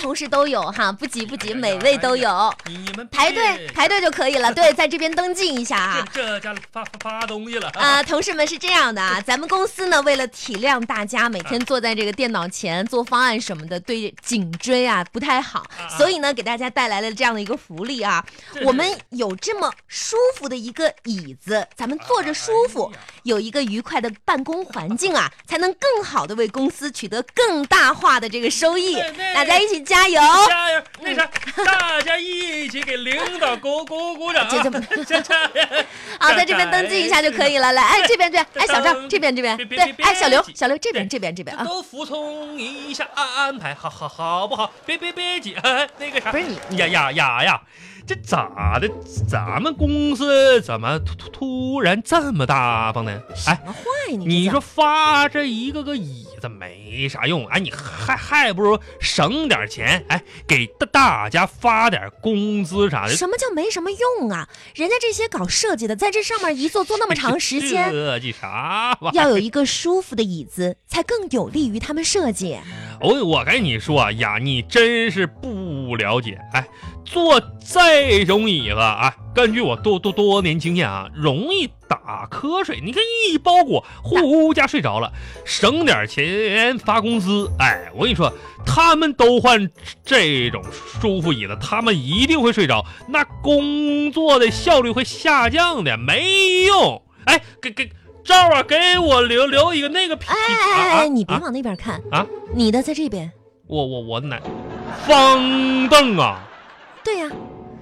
同事都有哈，不急哎不急，每位都有，你你们排队啊排队就可以了。对，在这边登记一下这哈。这家发发发东西了啊、！同事们是这样的啊，咱们公司呢，为了体谅大家每嗯天坐在这个电脑前做方案什么的，对颈椎啊不太好啊，所以呢，给大家带来了这样的一个福利啊这，是我们有这么舒服的一个椅子，咱们坐着舒服哎呀，有一个愉快的办公环境啊，才能更好的为公司取得更大化的这个收益对对。大家一起加油！哎加油！那啥，大家一起给领导鼓鼓鼓掌啊！嗯这这 这这啊，在这边登记一下就可以了。来，哎，这边这边，哎，小赵这边这边，别对别，别哎，小刘别小刘这边这边这边这啊。都服从一下安安排，好好好不好？别别别急，哎那个啥，不是你呀呀呀呀，这咋的？咱们公司怎么突突突然这么大方呢？哎什。么话呀？你你这说发这一个个椅子没啥用，哎，你还还不如省点钱，哎，给大大家发点工资啥的叫。什么叫没什么用啊？人家这些搞设计的，在这上面一坐坐那么长时间，设计啥玩意儿？要有一个舒服的椅子，才更有利于他们设啊计。我哦我跟你说啊呀，你真是不了解。哎，坐这种椅子啊，根据我多多多年经验啊，容易打瞌睡。你看一包裹，呼家睡着了，省点钱发工资。哎，我跟你说，他们都换这种舒服椅子，他们一定会睡着，那工作的效率会下降的，没用。哎，给给。赵啊，给我留留一个那个屁！哎哎哎，你别往那边看啊！你的在这边。我我我哪方凳啊？对呀、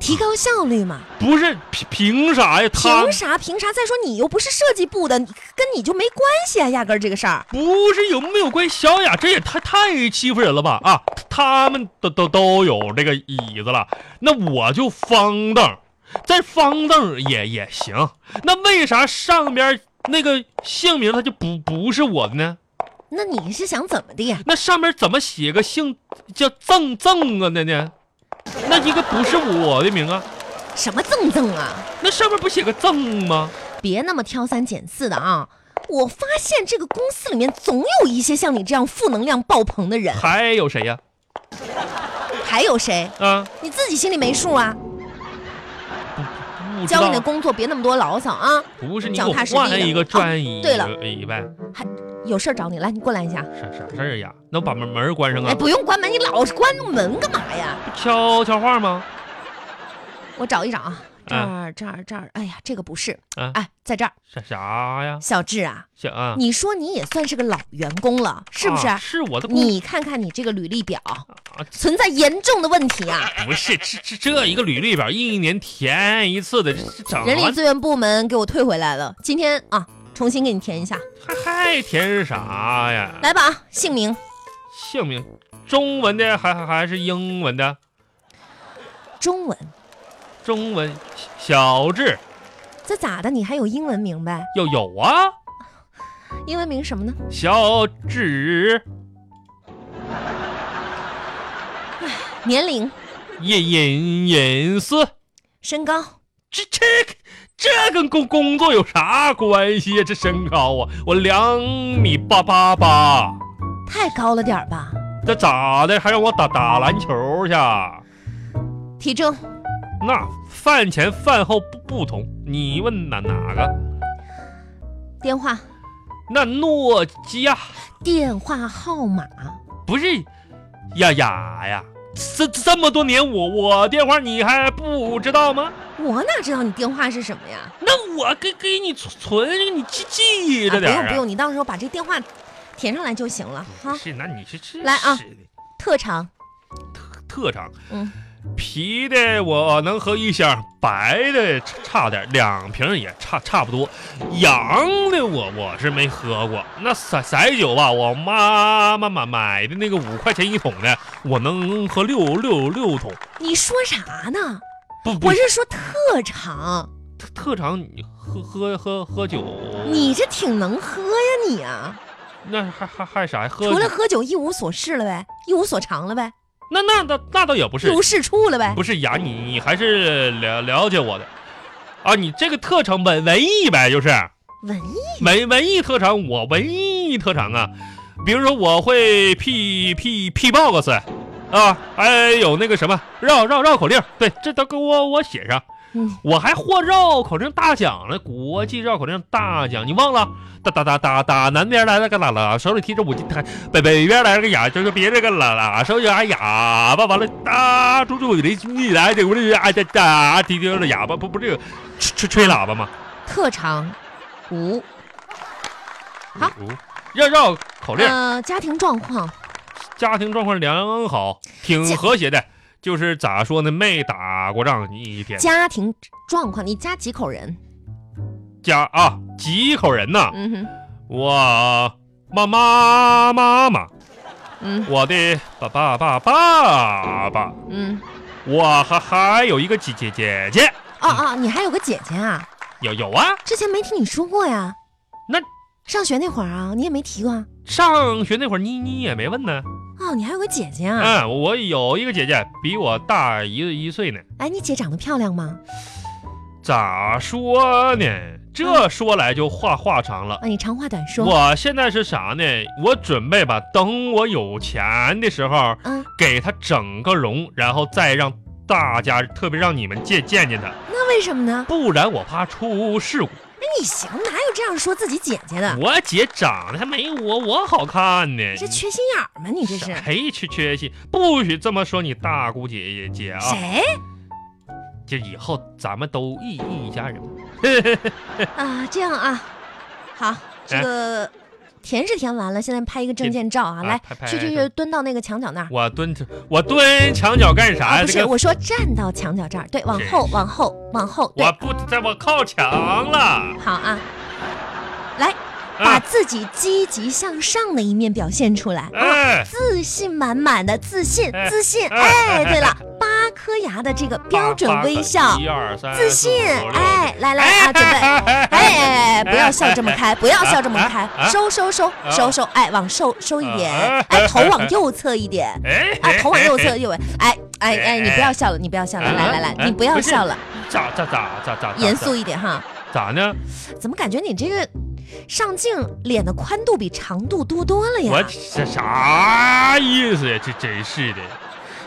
提高效率嘛。不是凭凭啥呀？啊他凭啥？凭啥？再说你又不是设计部的，你跟你就没关系啊，压根儿这个事儿。不是有没有关系？小雅这也太太欺负人了吧？啊，他们都都都有这个椅子了，那我就方凳，这方凳也也行。那为啥上边那个姓名它就不不是我的呢？那你是想怎么的呀？那上面怎么写个姓叫赠赠啊？那呢？那应该不是我的名啊？什么赠赠啊？那上面不写个赠吗？别那么挑三拣四的啊！我发现这个公司里面总有一些像你这样负能量爆棚的人，还有谁呀、还有谁？啊，你自己心里没数啊！不知交给道你的工作，别那么多牢骚啊！不是你给脚我踏实地换的一个哦专一、对了一呗，有事儿找你，来，你过来一下。啥啥事儿呀？那我把门门儿关上啊哎，？不用关门，你老是关门干嘛呀？悄悄话吗？我找一找啊，这儿这儿这儿，哎呀，这个不是，啊哎，在这儿。啥啥呀？小智啊，小啊，你说你也算是个老员工了，是不是？啊是我的工你看看你这个履历表，啊存在严重的问题啊！不是这这这一个履历表一年填一次的，这这整人力完资源部门给我退回来了，今天啊，重新给你填一下，还还填啥呀？来吧啊，姓名姓名，中文的还还还是英文的？中文，中文小智这咋的？你还有英文名呗？有有啊，英文名什么呢？小智年龄、隐隐隐私。身高，这这这跟工工作有啥关系呀？这身高啊，我两米八八八，太高了点儿吧？这咋的还让我打打篮球去？体重，那饭前饭后不不同，你问哪哪个？电话，那诺基亚电话号码，不是呀呀呀！这这么多年我我电话你还不知道吗？我哪知道你电话是什么呀？那我给给你存存，你记记着不点儿用啊不用，你到时候把这电话填上来就行了哈。是，那你是是来啊是的特长，特长，嗯，啤的我能喝一箱，白的差差点，两瓶也差差不多，洋的我我是没喝过，那色色酒吧，我妈妈买买的那个五块钱一桶的，我能喝六六六桶，你说啥呢？不不我是说特长。特特长，你喝喝喝喝酒，你这挺能喝呀，你啊，那还还还啥呀？喝除了喝酒一无所事了呗，一无所长了呗，那那那那倒也不一是，无是处了呗。不是呀，你你还是了了解我的，啊，你这个特长文文艺呗，就是。文艺文文艺特长，我文艺特长啊，比如说我会 P P P box，啊，还有那个什么绕绕绕口令，对，这都给我我写上。嗯，我还获绕口令大奖了，国际绕口令大奖，你忘了？哒哒哒哒哒，南边来了个喇喇，手里提着五斤台； 北北边来了个哑，就是别这个喇喇，手里还哑巴。完了，哒，猪猪你你来这屋里啊哒哒，提提了哑巴，不不这个吹吹吹喇叭吗？特长无，好嗯，绕绕口令，呃，家庭状况家庭状况良好，挺家和谐的。就是咋说呢，没打过仗一天。家庭状况，你家几口人？家啊，几口人呐？嗯哼，我妈妈妈妈，嗯我的爸爸爸爸爸，嗯，我还还有一个姐姐姐姐，哦哦，嗯你还有个姐姐啊？有有啊，之前没听你说过呀？那上学那会儿啊，你也没提过啊？上学那会儿你你也没问呢，哦，你还有个姐姐啊？嗯，我有一个姐姐比我大一一岁呢，哎，你姐长得漂亮吗？咋说呢？这说来就话话长了。啊，你长话短说。我现在是啥呢？我准备吧，等我有钱的时候，嗯，给她整个容，然后再让大家，特别让你们见见见她，那为什么呢？不然我怕出事故。哎，你行，哪有这样说自己姐姐的？我姐长得还没我我好看呢。这缺心眼儿吗？你这是谁缺缺心？不许这么说你大姑姐姐姐啊！谁这以后咱们都一一家人。啊？这样啊，好，哎这个填是填完了，现在拍一个证件照啊，啊来拍，拍去去去，蹲到那个墙角那儿。我蹲着，我蹲墙角干啥啊，呀？不这是，个我说站到墙角这儿，对，往后，往后，往后，对我，不，这我靠墙了好啊，来，把啊！自己积极向上的一面表现出来啊，哎，自信满满的自信，哎自信，哎哎，对了，八颗牙的这个标准微笑，一二三，自信，哎，来来啊，准 备。哎哎哎，哎不要笑这么开，不要笑这么开 啊啊，收收收啊收收，哎，往收收一点啊，哎，头往右侧一点，哎啊，头往右侧， 右，哎哎哎，你不要笑了，你不要笑了，哎来来哎来，你不要笑 了，咋咋咋咋咋？严肃一哎点哈。咋呢？怎么感觉你这个上镜脸的宽度比长度多多了我呀？这啥意思呀？这真是的。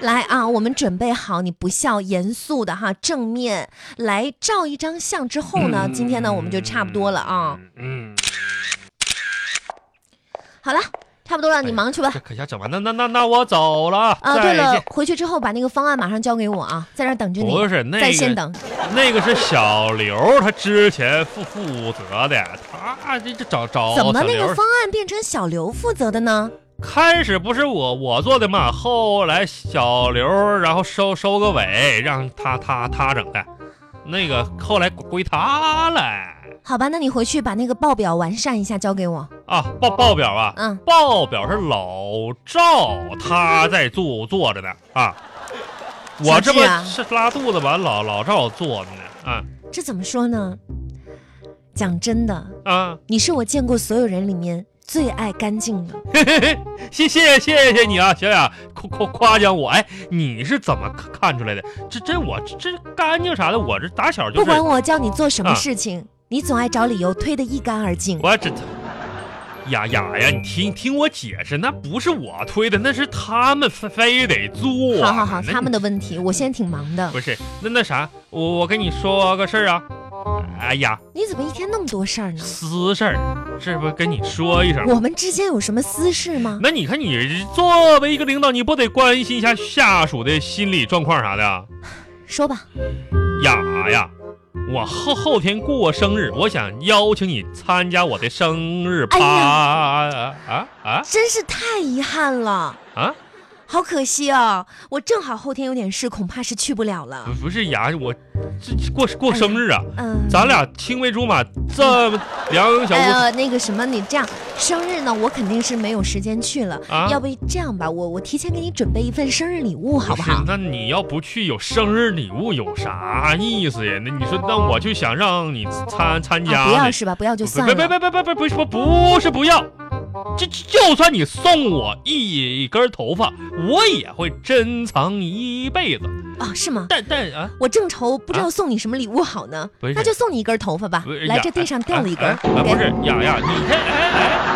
来啊，我们准备好，你不笑，严肃的哈，正面来照一张相之后呢，今天呢我们就差不多了啊。嗯，好了，差不多了，你忙去吧这。可下整完，那那那那我走了啊啊，再对了见。，回去之后把那个方案马上交给我啊，在这儿等着你。不是那在线个，等。那个是小刘，他之前负负责的，他这这找找怎么哦小那刘个方案变成小刘负责的呢？开始不是我我做的嘛，后来小刘然后收收个尾，让他他他整的，那个后来归他了好吧，那你回去把那个报表完善一下，交给我。啊，报报表啊，嗯，报表是老赵他在做坐着呢啊，我这不小智啊是拉肚子完老老赵做的呢啊这怎么说呢？讲真的，啊， 你是我见过所有人里面最爱干净的。嘿嘿嘿，谢谢谢谢你啊，小雅夸夸夸奖我，哎，你是怎么看看出来的？这这我这干净啥的，我这打小不就是管我叫你做什么啊事情，你总爱找理由推得一干二净。我这雅雅呀，你听听我解释，那不是我推的，那是他们非非得做，好好好，那他们的问题，我现在挺忙的。不是那那啥，我我跟你说个事儿啊，哎呀。你怎么一天那么多事儿呢？私事儿，这不跟你说一声吗？我们之间有什么私事吗？那你看你作为一个领导，你不得关心一下下属的心理状况啥的啊？说吧，雅呀，我后后天过生日，我想邀请你参加我的生日哎趴、啊啊啊真是太遗憾了，啊！好可惜哦。我正好后天有点事，恐怕是去不了了。不是雅，我这这过过生日啊，嗯，咱俩青梅竹马这么两小无猜呃，那个什么，你这样生日呢，我肯定是没有时间去了。啊要不这样吧，我我提前给你准备一份生日礼物，好不不是好？，那你要不去有生日礼物有啥意思呀？那你说，那我就想让你参参加、啊，不要是吧？不要就算了。别别别别别别不不是不要，这这就算你送我一根头发，我也会珍藏一辈子。啊，是吗？但但啊，我正愁不知道啊送你什么礼物好呢，不是那就送你一根头发吧不是。来，呀这地上掉了一根哎，哎哎不给是雅雅，你看哎哎